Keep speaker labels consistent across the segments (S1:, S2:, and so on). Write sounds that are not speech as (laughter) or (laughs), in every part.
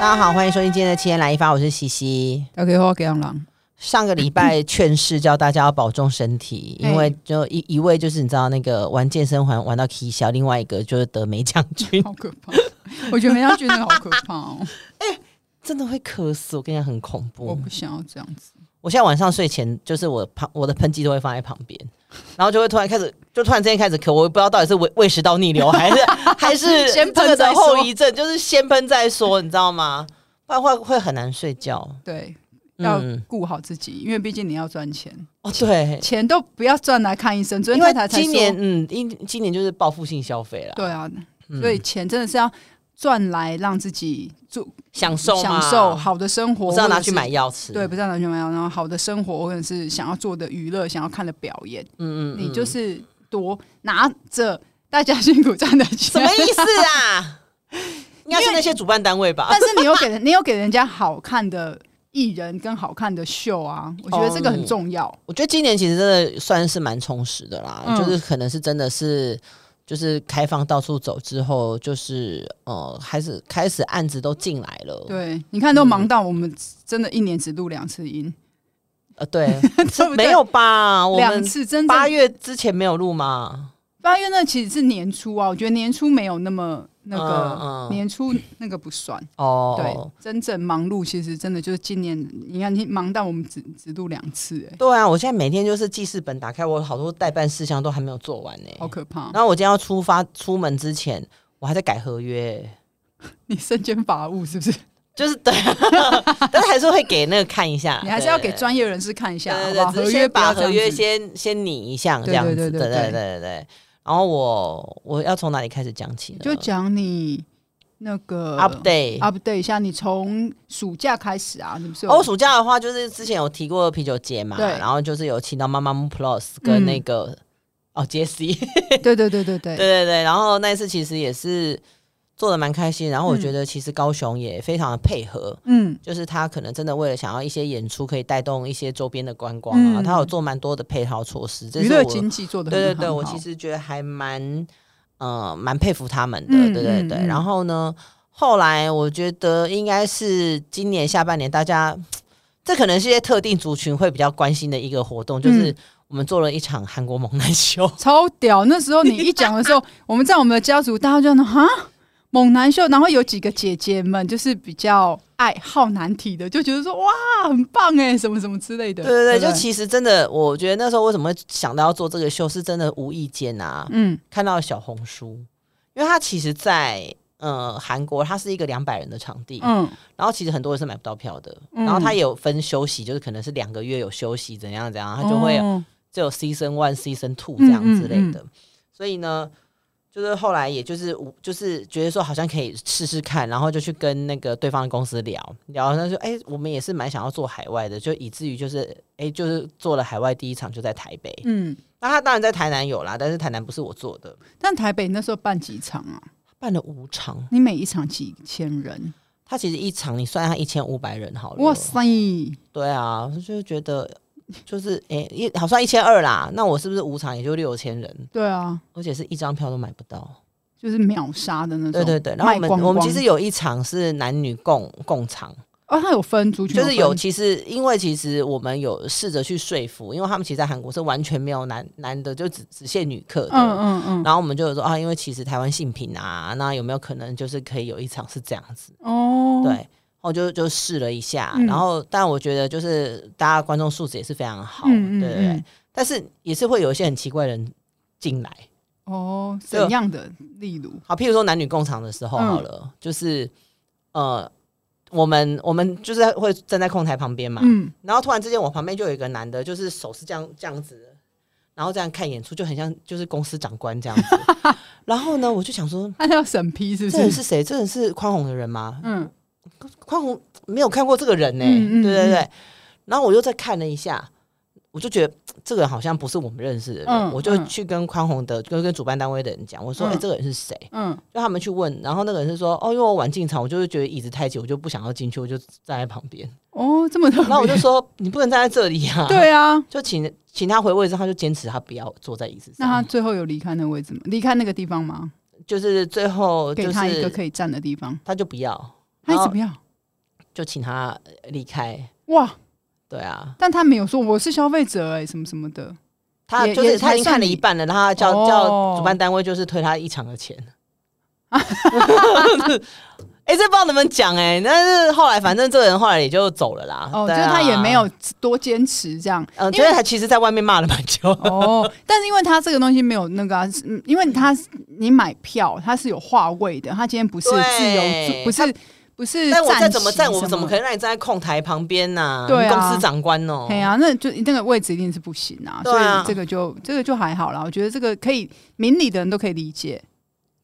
S1: 大家好，欢迎收听今天的《七天来一发》，我是西西。
S2: 大家好，给杨郎。
S1: 上个礼 (laughs) 拜劝世叫大家要保重身体，因为就一一位就是你知道那个玩健身环玩到 K 消，另外一个就是得梅将军，
S2: 好可怕！ (laughs) 我觉得梅将军那个好可怕哦，
S1: (laughs) 真的会渴死，我跟你讲很恐怖。(laughs)
S2: 我
S1: 我
S2: 不想要这样子。
S1: 现在晚上睡前就是我旁我的喷剂都会放在旁 (laughs) 边，然后就会突然开始就突然之间开始咳，我也不知道到底是胃胃食道逆流 (laughs) 还是还是
S2: 先喷
S1: 这个
S2: 再
S1: 的
S2: 说
S1: 后遗症，就是先喷再说，你知道吗？不然会会很难睡觉。
S2: 对，要
S1: 嗯，
S2: 顾好自己，因为毕竟你要赚钱，
S1: 哦对，
S2: 钱都不要赚来看医生。昨
S1: 因
S2: 天
S1: 为
S2: 太太才
S1: 今
S2: 说
S1: 年，嗯，今今年就是报复性消费了，
S2: 对啊，
S1: 嗯
S2: 所以钱真的是要赚来让自己做
S1: 享受嘛
S2: 享受，好的生活，
S1: 啊不是要
S2: 或者
S1: 拿去买药吃。
S2: 对，不是要拿去买药，然后好的生活，或者是想要做的娱乐，想要看的表演，
S1: 嗯，嗯嗯，
S2: 你就是多拿着大家辛苦赚的
S1: 什
S2: 钱
S1: 么，意思
S2: (laughs)
S1: 啊？应该是那些主办单位吧
S2: 但？是你有给人，你有给人家好看的艺人跟好看的秀啊，我觉得这个
S1: 哦
S2: 很重要。
S1: 我觉得今年其实真的算是蛮充实的啦，
S2: 嗯
S1: 就是可能是真的是。就是开放到处走之后，就是呃，还是开始案子都进来了。，
S2: 对，你看都忙到我们真的一年只录两次音，
S1: 呃，对，
S2: (laughs) 对不对
S1: 没有吧？哦我
S2: 两
S1: 们
S2: 次真
S1: 八
S2: 正
S1: 月之前没有录吗？
S2: 八月那其实是年初啊，我觉得年初没有那么那个、
S1: 嗯嗯
S2: 年初那个不算。对
S1: 哦，，
S2: 真正忙碌其实真的就是今年，你看你忙到我们只只录两次、哎，
S1: 对啊，我现在每天就是记事本打开，我有好多代办事项都还没有做完呢、
S2: 好可怕！
S1: 然后我今天要出发出门之前，我还在改合约，
S2: 你身兼法务是
S1: (laughs)
S2: 不是？
S1: 就是对，但是还是会给那个看一下，
S2: 你还是要给
S1: 对
S2: 专业人士看一下，
S1: 对
S2: 好
S1: 对
S2: 不好？
S1: 对，只是
S2: 合约
S1: 先
S2: 不要
S1: 把
S2: 这样
S1: 合约
S2: 子
S1: 先先拟一项
S2: 对
S1: 这样子，
S2: 对
S1: 对对
S2: 对对
S1: 对
S2: 对
S1: 对对。然后我我要从哪里开始讲起呢？
S2: 就讲你那个
S1: 啊 update。
S2: update 一下，你从暑假开始啊，你不是有
S1: 哦，暑假的话就是之前有提过啤酒节嘛，
S2: 对嗯
S1: 然后就是有请到妈妈 plus 跟那个、哦杰西，
S2: 对对对对对，
S1: 对对对，然后那一次其实也是做的蛮开心，然后我觉得其实高雄也非常的配合，
S2: 嗯
S1: 就是他可能真的为了想要一些演出可以带动一些周边的观光啊，
S2: 嗯
S1: 他有做蛮多的配套措施，这
S2: 娱
S1: 是
S2: 乐
S1: 我
S2: 经济做的
S1: 对对对，我其实觉得还蛮呃蛮佩服他们的，
S2: 嗯
S1: 对对
S2: 嗯
S1: 对。
S2: 嗯
S1: 然后呢，后来我觉得应该是今年下半年大家。这可能是一些特定族群会比较关心的一个活动，就是
S2: 嗯
S1: 我们做了一场韩国猛男秀。
S2: 超屌。那时候你一讲的时候，我们在我们的家族，大家就说哈。猛男秀，然后有几个姐姐们就是比较爱好难题的，就觉得说哇很棒哎，什么什么之类的。
S1: 对对对，
S2: 不
S1: 就其实真的，我觉得那时候为什么会想到要做这个秀，是真的无意间啊，
S2: 嗯
S1: 看到小红书，因为它其实在呃韩国，它是一个两百人的场地，
S2: 嗯
S1: 然后其实很多人是买不到票的，
S2: 嗯
S1: 然后它也有分休息，就是可能是两个月有休息怎样怎样，它就会有
S2: 哦
S1: 就有 season one、season two 这样之类
S2: 嗯嗯
S1: 的，所以呢。就是后来，也就是我就是觉得说好像可以试试看，然后就去跟那个对方的公司聊聊，他说：“哎、我们也是蛮想要做海外的，就以至于就是哎、就是做了海外第一场就在台北。
S2: 嗯。
S1: 那他当然在台南有啦，但是台南不是我做的，
S2: 但台北那时候办几场啊？
S1: 办了五场，
S2: 你每一场几千人？
S1: 他其实一场你算他一千五百人好了。
S2: 哇塞！
S1: 对啊，就是觉得就是诶、一好像一千二啦，那我是不是五场也就六千人，
S2: 对啊，
S1: 而且是一张票都买不到？
S2: 就是秒杀的那种。
S1: 对对对，然后我
S2: 卖
S1: 们
S2: 光光
S1: 我们其实有一场是男女共共场，
S2: 哦，它有分族群，
S1: 就是有
S2: 分
S1: 其实因为其实我们有试着去说服，因为他们其实在韩国是完全没有男男的，就只只限女客的。
S2: 嗯嗯嗯，
S1: 然后我们就有说啊，因为其实台湾性平啊，那有没有可能就是可以有一场是这样子？
S2: 哦，
S1: 对，然后就就试了一下，
S2: 嗯
S1: 然后但我觉得就是大家观众素质也是非常好，
S2: 嗯嗯
S1: 对对对、
S2: 嗯
S1: 但是也是会有一些很奇怪的人进来，
S2: 哦，
S1: 对啊
S2: 怎样的？例如，
S1: 好，譬如说男女共场的时候
S2: 嗯
S1: 好了，就是呃，我们我们就是会站在控台旁边嘛，
S2: 嗯，
S1: 然后突然之间我旁边就有一个男的，就是手是这样这样子。然后这样看演出就很像就是公司长官这样
S2: (laughs)
S1: 子，然后呢，我就想说，
S2: 他要审批是不
S1: 这人
S2: 是？
S1: 是谁？这人是宽宏的人吗？
S2: 嗯
S1: 宽宏没有看过这个人呢、
S2: 嗯嗯
S1: 对对对
S2: 嗯。
S1: 然后我又再看了一下，我就觉得这个人好像不是我们认识的人，
S2: 嗯
S1: 我就
S2: 嗯
S1: 去跟宽宏的跟跟主办单位的人讲，我说：“
S2: 嗯
S1: 哎、这个人是谁
S2: 嗯，？”
S1: 就他们去问，然后那个人是说：“哦，因为我晚进场，我就是觉得椅子太挤，我就不想要进去，我就站在旁边。
S2: 哦，这么特”别，
S1: 然后我就说：“你不能站在这里啊！”，
S2: (laughs) 对啊，
S1: 就请请他回位置，他就坚持他不要坐在椅子
S2: 那他
S1: 上。
S2: 最后有离开那个位置吗？离开那个地方吗？
S1: 就是最后就
S2: 给他一个
S1: 是
S2: 可以站的地方，
S1: 他就不要，
S2: 他一
S1: 然
S2: 直
S1: 后
S2: 不要，
S1: 就请他呃离开。
S2: 哇！
S1: 对啊，
S2: 但他没有说我是消费者哎、什么什么的，
S1: 他
S2: 也
S1: 就
S2: 也
S1: 是他已经
S2: 算
S1: 看了
S2: 你
S1: 一半了，然后他叫、
S2: 哦
S1: 叫主办单位就是退他一场的钱。 (laughs) 哎、这不知道能不能讲哎、但是后来反正这个人后来也就走了啦。
S2: 哦，
S1: 对
S2: 就是
S1: 啊
S2: 他也没有多坚持这样。
S1: 呃，
S2: 因
S1: 觉得他其实在外面骂了蛮久。
S2: 哦，但是因为他这个东西没有那个、啊，是嗯因为他你买票它是有话位的，他今天不是自由
S1: 对
S2: 座，不是不是站席
S1: 但
S2: 什。
S1: 我再怎么站，我怎么可能让你站在控台旁边呢、
S2: 对啊
S1: 公司长官哦、
S2: 对啊，那就那个位置一定是不行啊，
S1: 对啊
S2: 所以这个就这个就还好啦。我觉得这个可以明理的人都可以理解，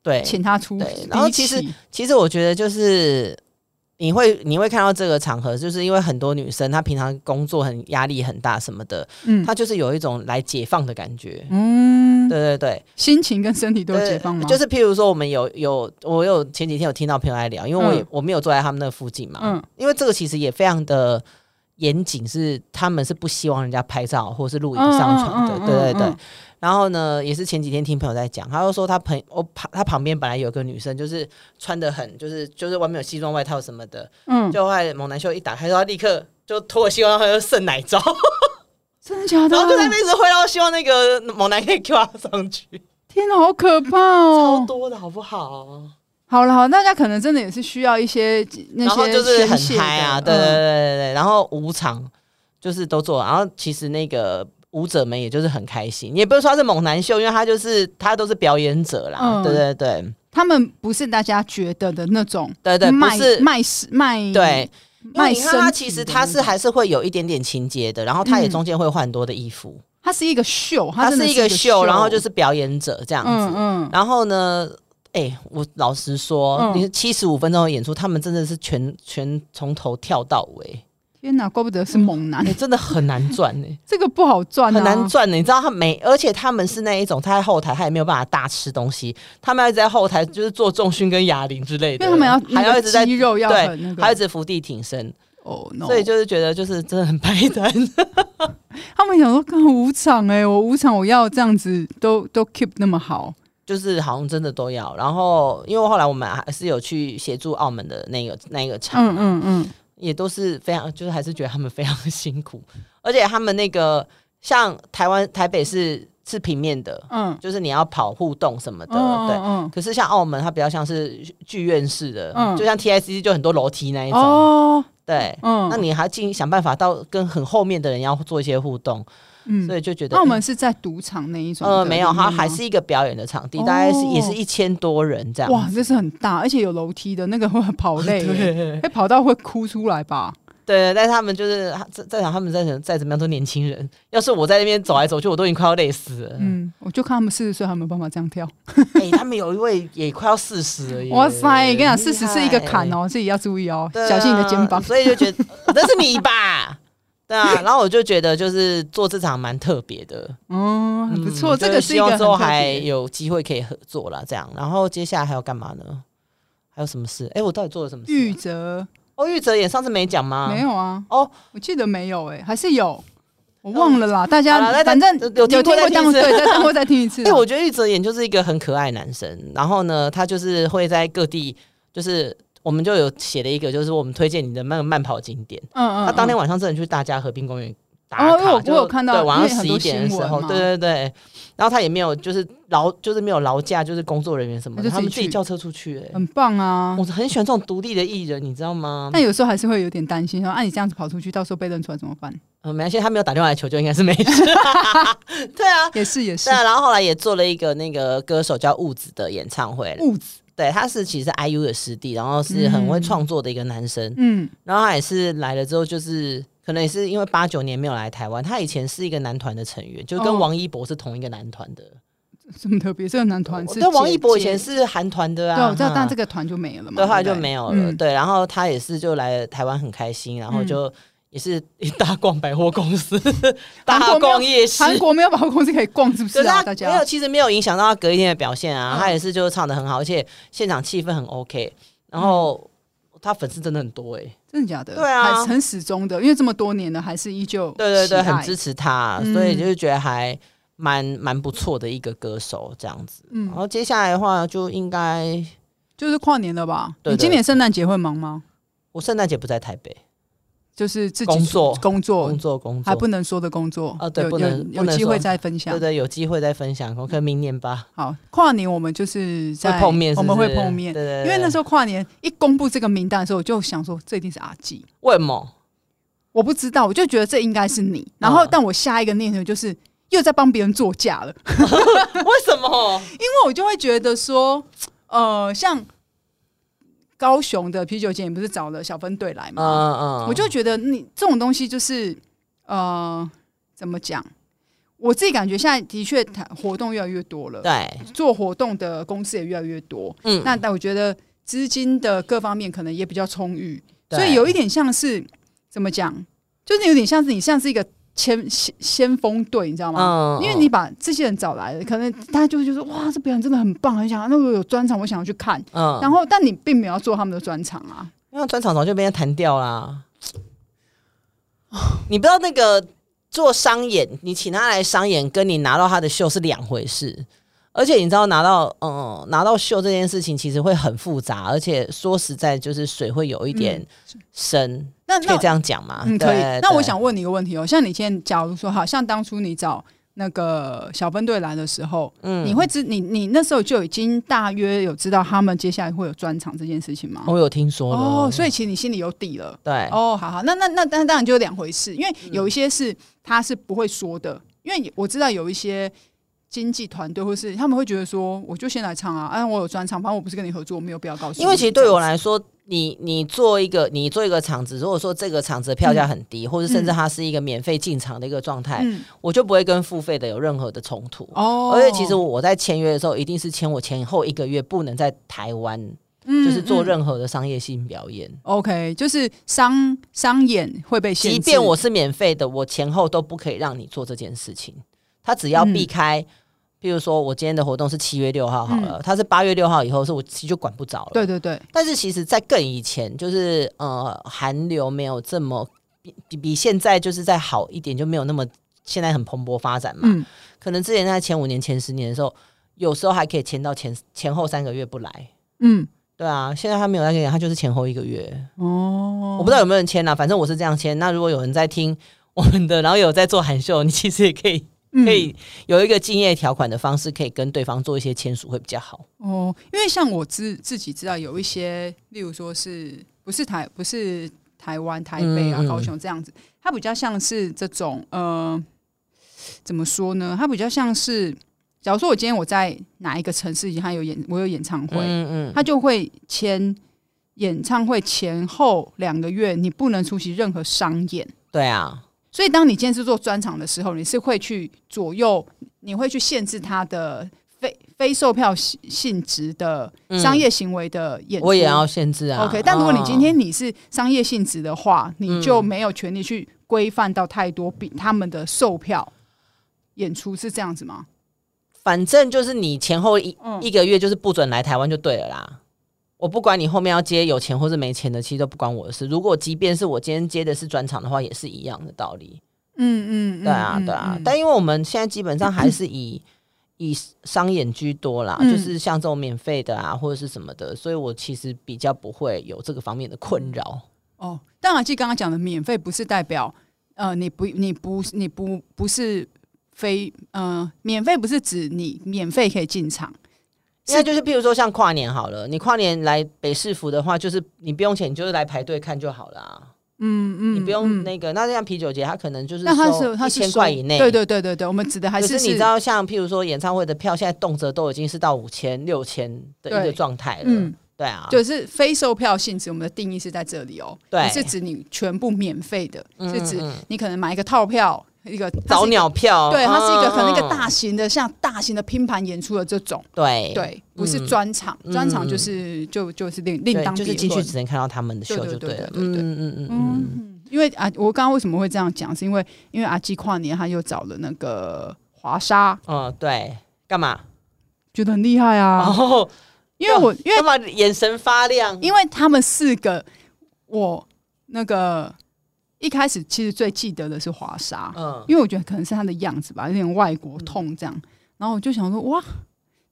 S1: 对，
S2: 请他出
S1: 对然后
S2: 第一
S1: 其实
S2: 期
S1: 其实我觉得就是你会你会看到这个场合，就是因为很多女生她平常工作很压力很大什么的，
S2: 嗯
S1: 她就是有一种来解放的感觉。
S2: 嗯，
S1: 对对对，
S2: 心情跟身体都有
S1: 对
S2: 解放吗？
S1: 就是譬如说，我们有有我有前几天有听到朋友来聊，因为我也、
S2: 嗯
S1: 我没有坐在他们那附近嘛，
S2: 嗯
S1: 因为这个其实也非常的严谨，是他们是不希望人家拍照或是录影上传的，
S2: 嗯嗯嗯
S1: 对对对。
S2: 嗯嗯
S1: 然后呢，也是前几天听朋友在讲，他就说他朋我旁他旁边本来有个女生，就是穿的很，就是就是外面有西装外套什么的，
S2: 嗯，
S1: 就后来猛男秀一打开，他立刻就脱了西装，他就剩奶罩，
S2: 嗯真的假的
S1: 然后就？在那边一直挥，然后希望那个猛男可以 Q 他上去，
S2: 天哪，好可怕
S1: 超
S2: 哦！
S1: 多的好不好？
S2: 好了，好，大家可能真的也是需要一些那
S1: 然后
S2: 些
S1: 就是很
S2: 宣泄
S1: 嗨啊，对
S2: 的
S1: 对对
S2: 嗯
S1: 对对，然后舞场就是都做，然后其实那个舞者们也就是很开心，也不是说他是猛男秀，因为他就是他都是表演者啦，
S2: 嗯
S1: 对对对
S2: 他们不是大家觉得的那种
S1: 对对，不
S2: 卖
S1: 是
S2: 卖是卖
S1: 对，因为
S2: 卖
S1: 你看
S2: 身
S1: 他
S2: 体
S1: 其实
S2: 的
S1: 他
S2: 那
S1: 是
S2: 种
S1: 还是会有一点点情节的，然后他也
S2: 嗯
S1: 中间会换很多的衣服，
S2: 它是一个秀，
S1: 他
S2: 真的
S1: 是
S2: 是
S1: 一个秀，然后就是是表演者这样
S2: 嗯
S1: 子，
S2: 嗯，
S1: 然后呢？哎、我老实说，
S2: 嗯
S1: 你七十五分钟的演出，他们真的是全全从头跳到
S2: (laughs)
S1: 尾，
S2: 天哪，怪不得是猛男
S1: 哎、，真的很难赚哎、
S2: 这个不好赚、啊，
S1: 很难赚的，你知道他每，而且他们是那一种，他在后台他也没有办法大吃东西，他们要一直在后台就是做重训跟哑铃之类
S2: 因
S1: 的，
S2: 为他们要
S1: 还
S2: 那
S1: 要
S2: 个
S1: 一直在
S2: 肌肉要
S1: 对
S2: 很那个，
S1: 还要一直伏地挺身，
S2: 哦 no，
S1: 所以就是觉得就是真的很白 (laughs) 单。
S2: 他们想说，看五场哎、我五场我要这样子都都 keep 那么好，
S1: 就是好像真的都要，然后因为后来我们还是有去协助澳门的那个那个场，
S2: 嗯嗯嗯，
S1: 也都是非常，就是还是觉得他们非常辛苦，而且他们那个像台湾台北是是平面的，
S2: 嗯
S1: 就是你要跑互动什么的，
S2: 嗯
S1: 对，
S2: 嗯
S1: 可是像澳门，它比较像是剧院式的，
S2: 嗯
S1: 就像 TICC 就很多楼梯那一
S2: 嗯，
S1: 种。
S2: 哦，
S1: 对，
S2: 嗯，
S1: 那你还尽想办法到跟很后面的人要做一些互动，所
S2: 嗯，
S1: 以就觉得
S2: 那我们是在赌场那一种的
S1: 呃没有，
S2: 里面
S1: 它
S2: 吗
S1: 还是一个表演的场地，
S2: 哦
S1: 大概是也是一千多人这样。
S2: 哇，这是很大，而且有楼梯的那个会 (laughs) 跑累、欸，
S1: (laughs) 对
S2: 会跑到会哭出来吧？
S1: 对，但是他们就是在在场，他们再怎再怎么样都年轻人。要是我在那边走来走去，我都已经快要累死了。嗯，
S2: 嗯，我就看他们四十岁还有没有办法这样跳。
S1: 哎，他们有一位也快要四十了耶。
S2: 哇塞，跟你讲，四十
S1: 厉害
S2: 是一个坎哦，自己要注意哦，
S1: 对啊
S2: 小心你的肩膀。
S1: 所以就
S2: (laughs)
S1: 觉得那是你吧。对啊，然后我就觉得就是做这场蛮特别的，
S2: 嗯，很不
S1: 嗯
S2: 错，
S1: 就
S2: 这个是
S1: 希
S2: 一个
S1: 望
S2: 很
S1: 之后
S2: 特别
S1: 还有机会可以合作啦。这样，然后接下来还要干嘛呢？还有什么事？哎，我到底做了什么事啊、
S2: 玉泽
S1: 哦，玉泽演上次没讲吗？
S2: 没。有啊？
S1: 哦，
S2: 我记得没有哎，还是有，我忘了啦。大家
S1: 好啦那
S2: 反正
S1: 有听
S2: 听
S1: 过再听
S2: 过，但
S1: 一次
S2: 对，再当过再听一次
S1: 哎、 (laughs)
S2: 啦。
S1: 我觉得玉泽演就是一个很可爱的男生，然后呢，他就是会在各地，就是我们就有写了一个，就是我们推荐你的那个慢跑景点。
S2: 嗯嗯，
S1: 他当天
S2: 嗯
S1: 晚上真的去大家河滨公园打
S2: 哦因为
S1: 卡，
S2: 我
S1: 就
S2: 我有看到
S1: 对，晚上
S2: 因为
S1: 十
S2: 很
S1: 一
S2: 多
S1: 点的
S2: 新
S1: 时
S2: 闻
S1: 候，
S2: 嘛
S1: 对对对。然后他也没有就是劳，就是没有劳驾，就是工作人员什么
S2: 他
S1: 的，
S2: 就
S1: 他们自
S2: 自己
S1: 己
S2: 去
S1: 叫车出去、欸。
S2: 很棒啊
S1: 我。很喜欢这种独立的艺人，你知道吗？
S2: 但有时候还是会有点担心，说啊，你这样子跑出去，到时候被认出来怎么办？
S1: 嗯，没关系，他没有打电话来求救，应该是没
S2: (laughs)
S1: 事。对啊，
S2: 也是也是
S1: 对，啊。然后后来也做了一个那个歌手叫物子的演唱会，
S2: 物质，
S1: 对，他是其实是 IU 的师弟，然后是很会创作的一个男生。
S2: 嗯
S1: 然后他也是来了之后，就是可能也是因为八九年没有来台湾，他以前是一个男团的成员，就
S2: 哦
S1: 跟王一博是同一个男团的。
S2: 这么特别，这个男团
S1: 我
S2: 是
S1: 哦对，王
S2: 姐
S1: 一博以
S2: 姐
S1: 前是韩团的啊，
S2: 对，我知道，但这
S1: 个
S2: 个团就没了嘛，
S1: 对后来
S2: 不
S1: 就没有了。
S2: 嗯
S1: 对，然后他也是就来台湾很开心，然后就也是一大逛百货公司，(laughs) 大
S2: 韩国没有
S1: 逛夜市。
S2: 韩国没有百货公司可以逛，是不是
S1: 可是
S2: 啊？
S1: 他
S2: 大
S1: 没有，
S2: 家
S1: 其实没有影响到他隔一天的表现啊，
S2: 嗯
S1: 他也是就是唱的很好，而且现场气氛很 OK，然
S2: 嗯
S1: 后他粉丝真的很多哎、
S2: 真的假的？
S1: 对啊
S2: 还很始终的，因为这么多年了，还是依旧
S1: 对对对，
S2: 喜爱
S1: 很支持他，
S2: 嗯
S1: 所以就是觉得还蛮蛮不错的一个歌手这样子。然
S2: 嗯，
S1: 后接下来的话就应该
S2: 就是跨年了吧？
S1: 对对
S2: 你今年圣诞节会忙吗？
S1: 我圣诞节不在台北，
S2: 就是自己
S1: 工作
S2: 工作
S1: 工作工
S2: 哦还
S1: 作，
S2: 不能说的工作
S1: 哦对
S2: 有
S1: 不能
S2: 有
S1: 不
S2: 有
S1: 能
S2: 机会
S1: 说
S2: 再分享
S1: 对。对，有机会再分
S2: 嗯
S1: 享，可能明年吧，
S2: 好，跨年我们就是
S1: 会
S2: 在
S1: 碰面是
S2: 我
S1: 不是，
S2: 们会碰面，
S1: 对对
S2: 因为那时
S1: 候
S2: 候跨年一公布这个名单的时候，我就想说这一定是阿纪，
S1: 为什
S2: (laughs)
S1: 么？
S2: 我不知道，我就觉得这应该是你。然后，
S1: 嗯
S2: 但我下一个念头就是又在帮别人做嫁了， (laughs) 因
S1: 为什
S2: (laughs)
S1: 么？
S2: 为我就会觉得说，呃，像高雄的啤酒节，你不是找了小分队来
S1: 嗯
S2: 吗？
S1: 嗯，
S2: 我就觉得你这种东西就是，呃，怎么讲？我自己感觉现在的确谈活动越来越多了，
S1: 对，
S2: 做活动的公司也越来越多。
S1: 嗯，
S2: 那但我觉得资金的各方面可能也比较充裕，
S1: 对
S2: 所以有一点像是怎么讲，就是有点像是你像是一个先先先锋队，你知道吗？
S1: 嗯，
S2: 因为你把这些人找来了，可能大家就会觉得哇，这表演真的很棒，很想那个有专场，我想要去看。
S1: 嗯，
S2: 然后，但你并没有要做他们的专场啊，
S1: 因为专场早就被人家弹掉啦。你不知道那个做商演，你请他来商演，跟你拿到他的秀是两回事。而且你知道拿到嗯拿到秀这件事情其实会很复杂，而且说实在就是水会有一点深，
S2: 那
S1: 可以这
S2: 嗯那
S1: 样讲吗？
S2: 嗯可以
S1: 对。
S2: 那我
S1: 对
S2: 想问你一个问题哦，像你今天假如说好像当初你找那个小分队来的时候，
S1: 嗯
S2: 你会知你你那时候就已经大约有知道他们接下来会有专场这件事情吗？
S1: 我有听说
S2: 哦，所
S1: 以
S2: 以其实你心里有底了。
S1: 对嗯
S2: 哦，好好，那那那那当然就两回事，因为有一些是他是不会说的，因为我知道有一些经纪团队或是他们会觉得说，我就先来唱啊，哎，我有专场，反正我不是跟你合作，我没有必要告诉你。
S1: 因为其实对我
S2: 这样
S1: 来说，你你做一个你做一个场子，如果说这个场子的票价很低，或者
S2: 嗯
S1: 甚至它是一个免费进场的一个状态，
S2: 子，嗯，
S1: 我就不会跟付费的有任何的冲突。
S2: 哦，
S1: 而且其实我在签约的时候，一定是签我前后一个月不能在台湾，就是做
S2: 何。嗯嗯
S1: 任何的商业性表演。
S2: OK，就是商商演会被限制，
S1: 即便我是免费的，我前后都不可以让你做这件事情。他只
S2: 嗯
S1: 要避开，譬如说我今天的活动是七月六号好了，他是八月六号以后，是我其实就管不着了。
S2: 嗯对对对，
S1: 但是其实，在更以前，就是呃，韩流没有这么比比比现在就是再好一点，就没有那么现在很蓬勃发展嘛。
S2: 嗯，
S1: 可能之前在前五年、前十年的时候，有时候还可以签到前前后三个月不来。
S2: 嗯，
S1: 对啊，现在他没有那个，他就是前后一个月。
S2: 哦，
S1: 我不知道有没有人签啦、反正我是这样签。那如果有人在听我们的，然后有在做韩秀，你其实也可以
S2: 嗯
S1: 可以有一个敬业条款的方式，可以跟对方做一些签署会比较好。
S2: 哦，因为像我自自己知道有一些，例如说是不是台不是台湾台北啊、
S1: 嗯嗯
S2: 高雄这样子，它比较像是这种呃，怎么说呢？它比较像是，假如说我今天我在哪一个城市，它有演我有演唱会，
S1: 嗯
S2: 它就会签演唱会前后两个月你不能出席任何商演。
S1: 对啊，
S2: 所以，当你今天是做专场的时候，你是会去左右，你会去限制它的非非售票性性质的
S1: 嗯
S2: 商业行为的演出。
S1: 我也要限制啊。
S2: OK，但如果你今
S1: 嗯
S2: 天你是商业性质的话，你就没有权利去规范到太多比他们的售票演出是这样子吗？
S1: 反正就是你前后一、
S2: 嗯
S1: 一个月就是不准来台湾就对了啦。我不管你后面要接有钱或是没钱的，其实都不关我的事。如果即便是我今天接的是专场的话，也是一样的道理。
S2: 嗯嗯，嗯
S1: 对啊，
S2: 嗯
S1: 对啊。
S2: 嗯
S1: 但因为我们现在基本上还是以以商演居多啦，
S2: 嗯
S1: 就是像这种免费的啊或者是什么的，所以我其实比较不会有这个方面的困扰。
S2: 哦，当然，即刚刚讲的免费不是代表呃，你不你不你不不是非呃，免费不是指你免费可以进场。
S1: 现在就是，譬如说像跨年好了，你跨年来北市府的话，就是你不用钱，你就是来排队看就好了啊。
S2: 嗯嗯，
S1: 你不用
S2: 嗯
S1: 那个，那像啤酒节，它可能就是
S2: 那他是他
S1: 一
S2: 是
S1: 千
S2: 说
S1: 块以内，
S2: 对对对对对，我们指的还
S1: 可
S2: 是
S1: 是你知道，像譬如说演唱会的票，现在动辄都已经是到五千、六千的一
S2: 对
S1: 个状态了。
S2: 嗯，
S1: 对啊，
S2: 就是非售票性质，我们的定义是在这里哦，
S1: 对
S2: 不是指你全部免费的，
S1: 嗯
S2: 是指
S1: 嗯嗯
S2: 你可能买一个套票，一个
S1: 早，鸟票，
S2: 它是一个对，它是一
S1: 嗯
S2: 个可能一个，
S1: 嗯
S2: 大型的像大型的拼盘演出的这种，
S1: 对
S2: 对，不是
S1: 嗯
S2: 专场，专场就
S1: 嗯
S2: 是就就是另
S1: 对
S2: 另当
S1: 就是
S2: 别
S1: 进去
S2: 论
S1: 只能看到他们的秀
S2: 对
S1: 就
S2: 对对
S1: 了。
S2: 对
S1: 嗯
S2: 对
S1: 嗯
S2: 对
S1: 嗯嗯嗯，
S2: 嗯，因为啊，我刚刚为什么会这样讲，是因为因为阿基跨年他又找了那个华沙，
S1: 哦对，干嘛？
S2: 觉得很厉害啊，
S1: 然后
S2: 因为我因为
S1: 干嘛眼神发亮？
S2: 因为他们四个，我那个一开始其实最记得的是华沙，
S1: 嗯，
S2: 因为我觉得可能是他的样子吧，有点外国痛这样。然后我就想说，哇，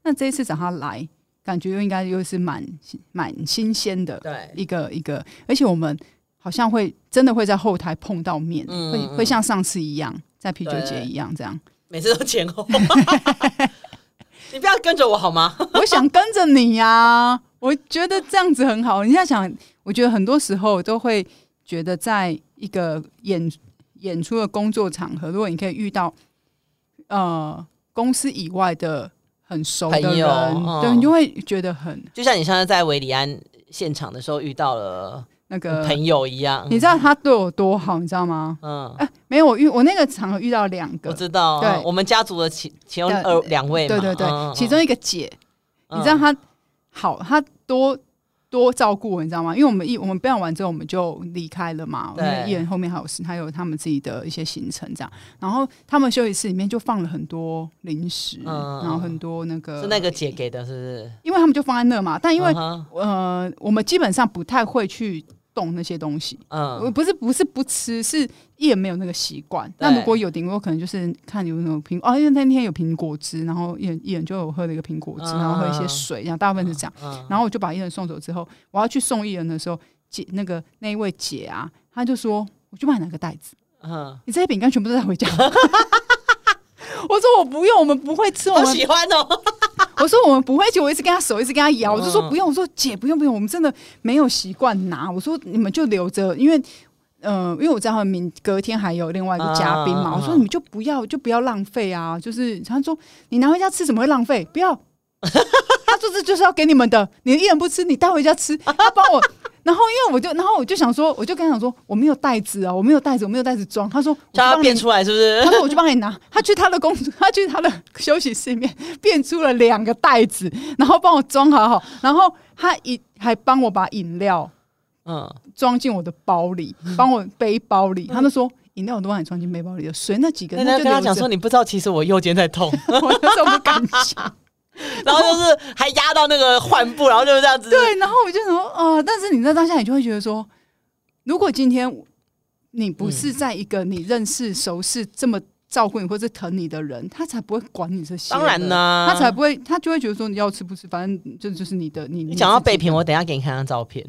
S2: 那这一次找他来，感觉又应该又是蛮蛮新鲜的
S1: 对，
S2: 一个一个，而且我们好像会真的会在后台碰到面，
S1: 嗯嗯
S2: 会
S1: 嗯
S2: 会像上次一样，在啤酒节
S1: 对
S2: 一样这样。
S1: 每次都前
S2: (laughs)
S1: 后。你不要跟着我好吗？
S2: 我想跟着你呀、我觉得这样子很好。你在想，我觉得很多时候都会觉得，在一个演演出的工作场合，如果你可以遇到呃公司以外的很熟的
S1: 朋友
S2: 人，
S1: 嗯
S2: 对，你就会觉得很
S1: 就像你上次在维里安现场的时候遇到了
S2: 那个。
S1: 朋友一样，
S2: 你知道他对我多好，你知道吗？
S1: 嗯，
S2: 哎、没有，我遇我那个场合遇到两个
S1: 我，知道，
S2: 对
S1: 嗯我们家族的其其中
S2: 对
S1: 二两位嘛，
S2: 对对对，
S1: 嗯
S2: 其中一个姐，你知道，她好，她多多照顾我，你知道吗？因为我们艺我们表演完之后我们就离开了嘛，因
S1: 对
S2: 为艺人后面还有事，还有他们自己的一些行程这样。然后他们休息室里面就放了很多零食，
S1: 嗯
S2: 然后很多那
S1: 嗯
S2: 个
S1: 是那个姐，给的，是不是？
S2: 因为他们就放在那嘛，但因为、
S1: 嗯哼
S2: 呃，我们基本上不太会去动那些东西。我
S1: 嗯，
S2: 不是不是不吃，是一人没有那个习惯。那如果有顶多可能就是看有没有苹哦，因为那天有苹果汁，然后一人一人就有喝了一个苹果汁，
S1: 嗯
S2: 然后喝一些水，然后大部分是这样。
S1: 嗯
S2: 然后我就把一人送走之后，我要去送一人的时候，姐那个那一位姐啊，她就说我去帮你拿个袋子，
S1: 嗯，
S2: 你这些饼干全部都带回家。 (laughs) 我说我不用，我们不会吃，我
S1: 好
S2: 们
S1: 喜欢哦，
S2: (laughs) 我说我们不会吃，我一直跟他手一直跟他摇，我就说
S1: 嗯
S2: 不用，我说姐不用不用，我们真的没有习惯拿，我说你们就留着，因为。嗯、因为我知道他们明隔天还有另外一个嘉宾嘛，
S1: 嗯嗯嗯
S2: 我说你们就不要就不要浪费啊，就是他说你拿回家吃怎么会浪费？不要， (laughs) 他说这就是要给你们的，你一人不吃，你带回家吃，他帮
S1: (laughs)
S2: 我。然后因为我就然后我就想说，我就跟他讲说我没有袋子啊，我没有袋子，我没有袋子装。他说我就
S1: 叫
S2: 帮
S1: 她
S2: 你
S1: 变出来是不是？
S2: 他说我去帮你拿，他去他的工，他去他的休息室里面变出了两个袋子，然后帮我装好 (laughs) 好，然后他一还帮我把饮料
S1: 嗯，
S2: 装进我的包里，帮我背包里。他就说饮料我都帮你装进背包里了，水那几个
S1: (laughs) 那
S2: 那
S1: 他
S2: 就
S1: 跟他
S2: 留
S1: 讲说
S2: 着。
S1: 你不知道，其实我右肩在痛， (laughs)
S2: (laughs) 我那时候不敢讲，
S1: 然后就是还压到那个患部，然后就是这样子，
S2: 对，然后我就想说，哦、但是你在当下，你就会觉得说，如果今天你不是在一个你认识、熟识、这么照顾你或者疼你的人，他才不会管你这些的。
S1: 当然呢，
S2: 他才不会，他就会觉得说你要吃不吃，反正这就是你的，你
S1: 你讲到
S2: 自己
S1: 备品，我等一下给你看张照片。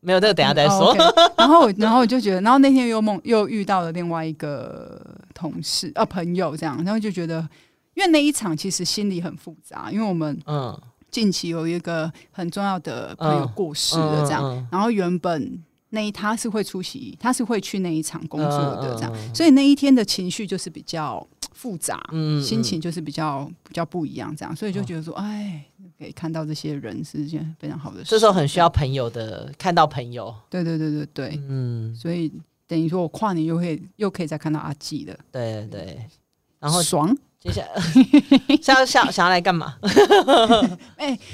S1: 没有，这个等一下啊再说。
S2: 哦，OK 然后我，然后我就觉得，然后那天又梦又遇到了另外一个同事啊朋友这样，然后就觉得，因为那一场其实心里很复杂，因为我们
S1: 嗯，
S2: 近期有一个很重要的朋友
S1: 嗯
S2: 过世了这样，
S1: 嗯
S2: 然后原本那一他是会出席，他是会去那一场工作的这样，，
S1: 嗯
S2: 所以那一天的情绪就是比较复杂，
S1: 嗯嗯哦
S2: 心情就是比较比较不一样，这样，所以就觉得说，哎、可以看到这些人是一件非常好的事。
S1: 这时候很需要朋友的，看到朋友，
S2: 对对对对对，
S1: 嗯，
S2: 所以等于说我跨年又可以又可以再看到阿纪了，
S1: 对对对。
S2: 嗯
S1: 然后
S2: 爽。
S1: 接下
S2: (laughs)
S1: 来是要想想要来干嘛？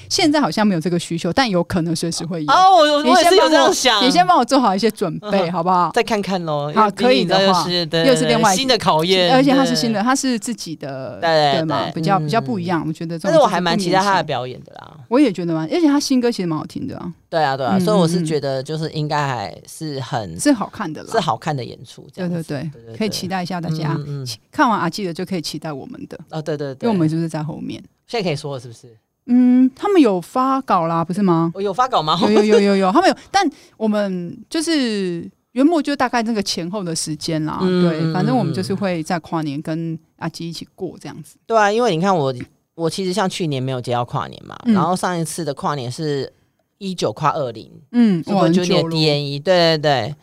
S2: 现在好像没有这个需求，但有可能随时会有。
S1: 哦，嗯我
S2: 你
S1: 我也是
S2: 先帮
S1: 有这样
S2: 我
S1: 想，
S2: 你先帮我做好一些准备，好不好？
S1: 再看看喽。
S2: 好
S1: 因为毕竟
S2: 可以的
S1: 这又
S2: 话
S1: 是对
S2: 又是另外一
S1: 新的考验，
S2: 而且他是新
S1: 对
S2: 的，。他是自己的，
S1: 对对
S2: 嘛，
S1: 对
S2: 比较比较
S1: 嗯
S2: 不一样。我觉得这种
S1: 但是我
S2: 就是
S1: 还
S2: 不
S1: 蛮期
S2: 勉
S1: 待他的
S2: 强，
S1: 表演的啦。
S2: 我也觉得蛮，而且他新歌其实蛮好听的啊，
S1: 对啊，对啊，
S2: 嗯
S1: 所以我
S2: 嗯
S1: 是
S2: 嗯
S1: 觉得就是应该还是很
S2: 是好看的啦。
S1: 嗯是好看的演出，这
S2: 对
S1: 样
S2: 对
S1: 子
S2: 对
S1: 对，对
S2: 可以期待一下大家
S1: 嗯嗯嗯
S2: 期看完阿纪的就可以期待我们的，
S1: 哦，对对
S2: 因为
S1: 对，
S2: 我们就是在后面。
S1: 现在可以说了是不是？？
S2: 嗯，他们有发稿啦，不是吗
S1: 我有发稿吗？
S2: 有有有有有，他们有，但我们就是原木就大概那个前后的时间啦。
S1: 嗯
S2: 对，反正我们
S1: 嗯
S2: 就是会在跨年跟阿纪一起过这样子。
S1: 对啊，因为你看我，我其实像去年没有接到跨年嘛，
S2: 嗯
S1: 然后上一次的跨年是一九跨二零，
S2: 嗯，
S1: 我
S2: 哇，
S1: 就
S2: 很
S1: 有点
S2: 久了
S1: DNE，对对对，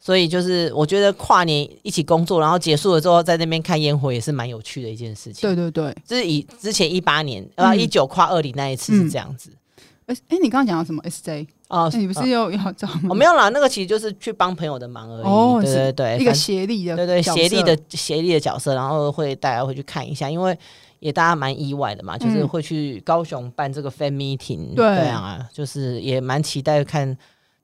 S1: 所以就是我觉得跨年一起工作，然后结束了之后在那边看烟火也是蛮有趣的一件事情。
S2: 对，嗯对对，
S1: 就是以之前一八年啊一九跨二零那一次是这样子
S2: 哎哎，你刚刚讲到什么 SJ？
S1: 哦
S2: 嗯哎，你不是
S1: 哦
S2: 又要找
S1: 哦没有啦，那个其实就是去帮朋友的忙而已。
S2: 哦
S1: 对
S2: 是
S1: 对对，
S2: 一个
S1: 哎反
S2: 协力的
S1: 对对，
S2: 角
S1: 协力
S2: 色
S1: 的协力的角色，然后会大家会去看一下，因为也大家蛮意外的嘛，就是
S2: 嗯
S1: 会去高雄办这个 fan meeting，
S2: 对
S1: 啊，就是也蛮期待看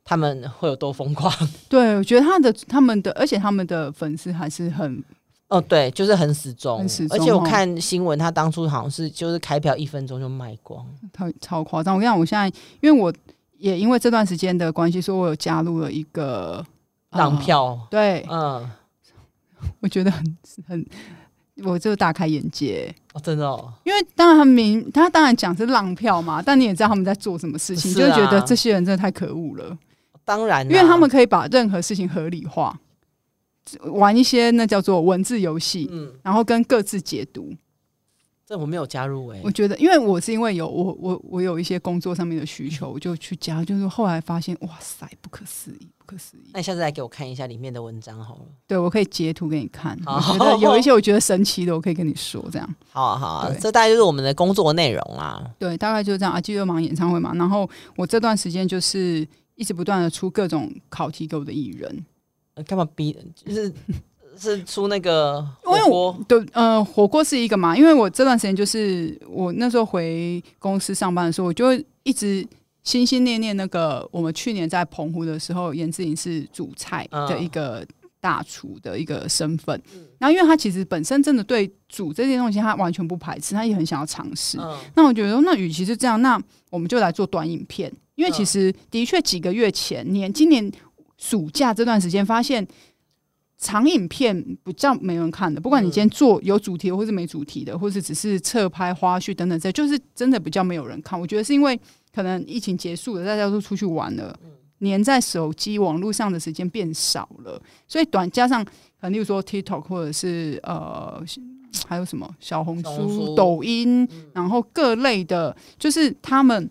S1: 他们会有多疯狂。
S2: 对，我觉得他的他们的，而且他们的粉丝还是很
S1: 哦，对，就是很死忠
S2: 很，死
S1: 而
S2: 忠
S1: 且我
S2: 哦
S1: 看新闻，他当初好像是就是开票一分钟就卖光，
S2: 超超夸张！我跟你讲，我现在因为我也因为这段时间的关系，所以我有加入了一个哦
S1: 让、票，
S2: 呃对，
S1: 嗯，
S2: 我觉得很很我就大开眼界。
S1: 哦，真的哦，
S2: 因为当然他明，他当然讲是浪票嘛，但你也知道他们在做什么事情，
S1: 是
S2: 就会觉得
S1: 啊
S2: 这些人真的太可恶了，
S1: 当然
S2: 因
S1: 啦，
S2: 为他们可以把任何事情合理化，玩一些那叫做文字游戏，
S1: 嗯，
S2: 然后跟各自解读。
S1: 这我没有加入哎、
S2: 我觉得，因为我是因为有我我我有一些工作上面的需求，我就去加，就是后来发现，哇塞，不可思议，不可思议。
S1: 那你下次来给我看一下里面的文章好了。
S2: 对我可以截图给你看，
S1: 好
S2: 我觉得有一些我觉得神奇的，我可以跟你说，这样
S1: 好啊好啊
S2: 对，
S1: 这大概就是我们的工作内容啦。
S2: 对，大概就是这样。啊，继续忙演唱会嘛，然后我这段时间就是一直不断的出各种考题给我的艺人，
S1: 呃干嘛逼？就是是出那个
S2: (laughs) 因
S1: 火
S2: 为我
S1: 锅
S2: 对，呃，火锅是一个嘛，因为我这段时间就是我那时候回公司上班的时候，我就会一直心心念念那个我们去年在澎湖的时候，严志颖是主菜的一个大厨的一个身份。然后，因为他其实本身真的对煮这件东西他完全不排斥，他也很想要尝试。
S1: 嗯
S2: (laughs) 那我觉得说，那与其是这样，那我们就来做短影片，因为其
S1: 嗯
S2: 实的确几个月前年，今年暑假这段时间发现。长影片比较没人看的，不管你
S1: 嗯
S2: 今天做有主题的，或是没主题的，或是只是侧拍、花絮等等这，就是真的比较没有人看。我觉得是因为可能疫情结束了，大家都出去玩了，
S1: 嗯
S2: 黏在手机网络上的时间变少了，所以短加上，呃，例如说 TikTok 或者是呃，还有什么小红
S1: 小红
S2: 书、
S1: 书嗯
S2: 抖音，然后各类的，就是他们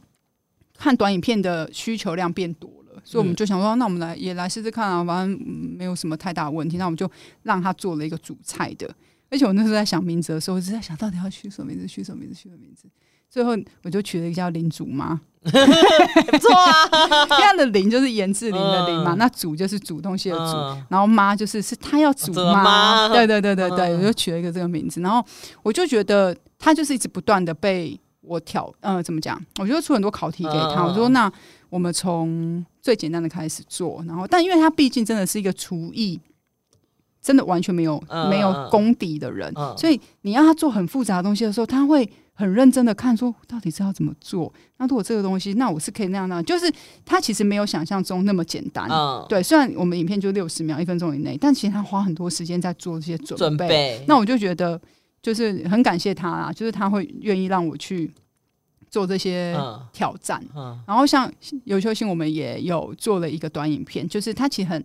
S2: 看短影片的需求量变多了，所以我们
S1: 嗯
S2: 就想说，那我们来也来试试看啊，反正、嗯没有什么太大的问题，那我们就让他做了一个主菜的。而且我那时候在想名字的时候，我就在想到底要取什么名字，取什么名字，取什么名字。最后我就取了一个叫林祖妈，
S1: 不错啊，
S2: (laughs) 因为他的林就是严志林的林嘛，
S1: 嗯
S2: 那煮就是煮东西的煮，
S1: 嗯
S2: 然后妈就是是她要煮
S1: 煮
S2: 妈，
S1: 哦妈
S2: 对对对对对，
S1: 嗯
S2: 我就取了一个这个名字。然后我就觉得她就是一直不断的被我挑，呃，怎么讲？我就出很多考题给她。
S1: 嗯
S2: 我说那我们从最简单的开始做，然后但因为她毕竟真的是一个厨艺。真的完全没有
S1: 嗯
S2: 没有
S1: 嗯嗯
S2: 功底的人，
S1: 嗯
S2: 所以你让他做很复杂的东西的时候，他会很认真的看，说哦到底是要怎么做。那如果这个东西，那我是可以那样那样，就是他其实没有想象中那么简单。
S1: 嗯，
S2: 对，虽然我们影片就六十秒、一分钟以内，但其实他花很多时间在做这些准备。
S1: 准备
S2: 那我就觉得，就是很感谢他啦，就是他会愿意让我去做这些
S1: 嗯
S2: 挑战。
S1: 嗯
S2: 然后像有秋星，我们也有做了一个短影片，就是他其实很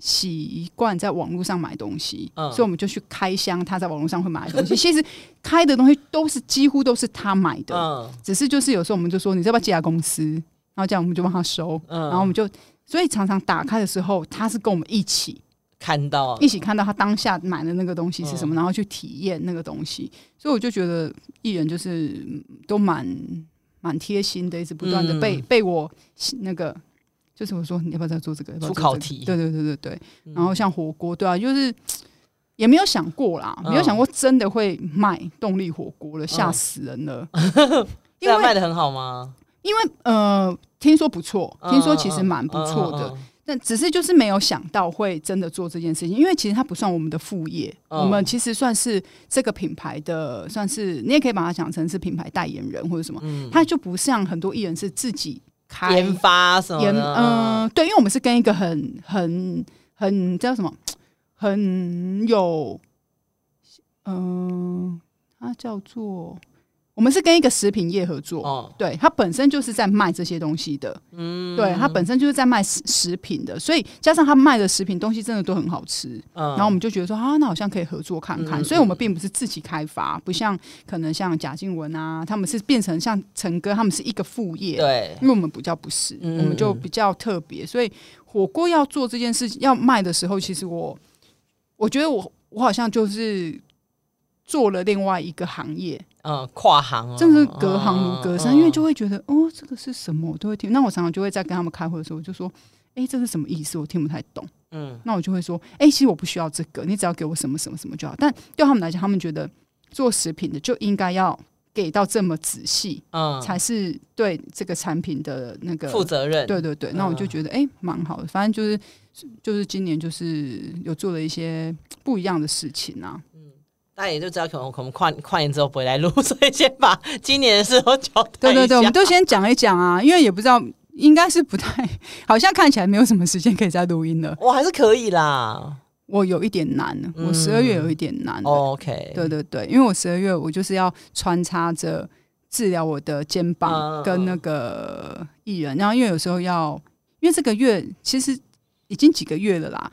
S2: 习惯在网络上买东西，
S1: 嗯
S2: 所以我们就去开箱他在网络上会买的
S1: (laughs)
S2: 东西。其实开的东西都是几乎都是他买的，
S1: 嗯
S2: 只是就是有时候我们就说你要不要寄来公司，然后这样我们就帮他收，
S1: 嗯，
S2: 然后我们就所以常常打开的时候，他是跟我们一起
S1: 看到
S2: 一起看到他当下买的那个东西是什
S1: 嗯
S2: 么，然后去体验那个东西，所以我就觉得艺人就是嗯都蛮蛮贴心的，一直不断的
S1: 嗯
S2: 被、被我那个。就是我说你要不要再做这个？要不要
S1: 出
S2: 做这个
S1: 考题
S2: 对对对对对。
S1: 嗯
S2: 然后像火锅，对啊，就是也没有想过啦，
S1: 嗯
S2: 没有想过真的会卖动力火锅了，吓死人
S1: (laughs)
S2: 了。因
S1: 这样嗯
S2: 为
S1: 啊卖的很好吗？
S2: 因为呃，听说不错，听说其实蛮不错的，
S1: 嗯，
S2: 但只是就是没有想到会真的做这件事情，因为其实它不算我们的副业，
S1: 嗯
S2: 我们其实算是这个品牌的，算是你也可以把它想成是品牌代言人或者什么，
S1: 嗯嗯嗯
S2: 它就不像很多艺人是自己
S1: 嗯
S2: 开
S1: 研发啊什么
S2: 研
S1: 的，
S2: 嗯、对，因为我们是跟一个很很很叫什么，很有，嗯、它叫做我们是跟一个食品业合作，
S1: 哦，
S2: 对，它本身就是在卖这些东西的，
S1: 嗯
S2: 对，它本身就是在卖食食品的，所以加上它卖的食品东西真的都很好吃，
S1: 嗯
S2: 然后我们就觉得说啊，那好像可以合作看看，
S1: 嗯
S2: 所以我们并不是自己开发，不像可能像贾静雯啊，他们是变成像陈哥，他们是一个副业，
S1: 对
S2: 因为我们比较不是，
S1: 嗯
S2: 我们就比较特别，所以火锅要做这件事情要卖的时候，其实我我觉得我我好像就是做了另外一个行业，
S1: 嗯跨行哦，
S2: 真的是隔行如隔山，
S1: 嗯
S2: 因为就会觉得哦，这个是什么，我都会听。那我常常就会在跟他们开会的时候，我就说，哎、这是什么意思？我听不太懂。
S1: 嗯
S2: 那我就会说，哎、其实我不需要这个，你只要给我什么什么什么就好。但对他们来讲，他们觉得做食品的就应该要给到这么仔细，
S1: 嗯
S2: 才是对这个产品的那个
S1: 负责任，
S2: 对对对，那我就
S1: 嗯
S2: 觉得哎，诶蛮、好的。反正就是就是今年就是有做了一些不一样的事情啊。
S1: 大家也就知道，可能我们跨跨年之后不会来录，所以先把今年的事都交代
S2: 对
S1: 一下。
S2: 对对，我们都先讲一讲啊，因为也不知道，应该是不太，好像看起来没有什么时间可以再录音了。 (laughs)
S1: 我还是可以啦。
S2: 我有一点难，
S1: 嗯
S2: 我十二月有一点难。
S1: 哦 OK，
S2: 嗯对对对，因为我十二月我就是要穿插着治疗我的肩
S1: 嗯嗯
S2: 膀
S1: 嗯
S2: 跟那个艺人，然后因为有时候要，因为这个月其实已经几个月了啦，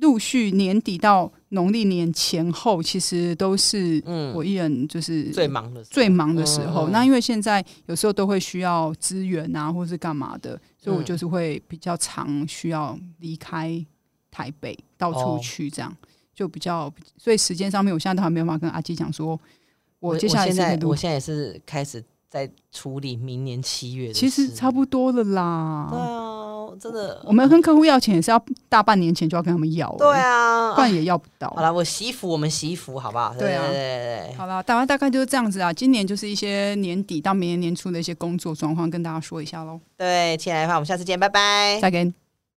S2: 陆续年底到农历年前后，其实都是
S1: 嗯，
S2: 我艺人就是
S1: 最忙的时候
S2: 最忙的时候。
S1: 嗯嗯
S2: 那因为现在有时候都会需要资源啊，或是干嘛的，所以我
S1: 嗯
S2: 就是会比较常需要离开台北，到
S1: 哦
S2: 处去这样，就比较。所以时间上面，我现在都还没有办法跟阿基讲说，我接下来
S1: 现
S2: 是可以
S1: 在
S2: 录
S1: 我，现在也是开始在处理明年七月的事，
S2: 其实差不多了
S1: 对
S2: 啦。
S1: 啊，真的
S2: 我们跟客户要钱也是要大半年前就要跟他们要、
S1: 对，啊，
S2: 不然也要不到。
S1: 好了，我洗衣服，我们洗衣服好不好？
S2: 对啊
S1: 对对对对
S2: 好啦，大概大概就是这样子啊。今年就是一些年底到明年年初的一些工作状况，跟大家说一下喽。
S1: 对，亲爱的朋友我们下次见，拜拜。
S2: 再见。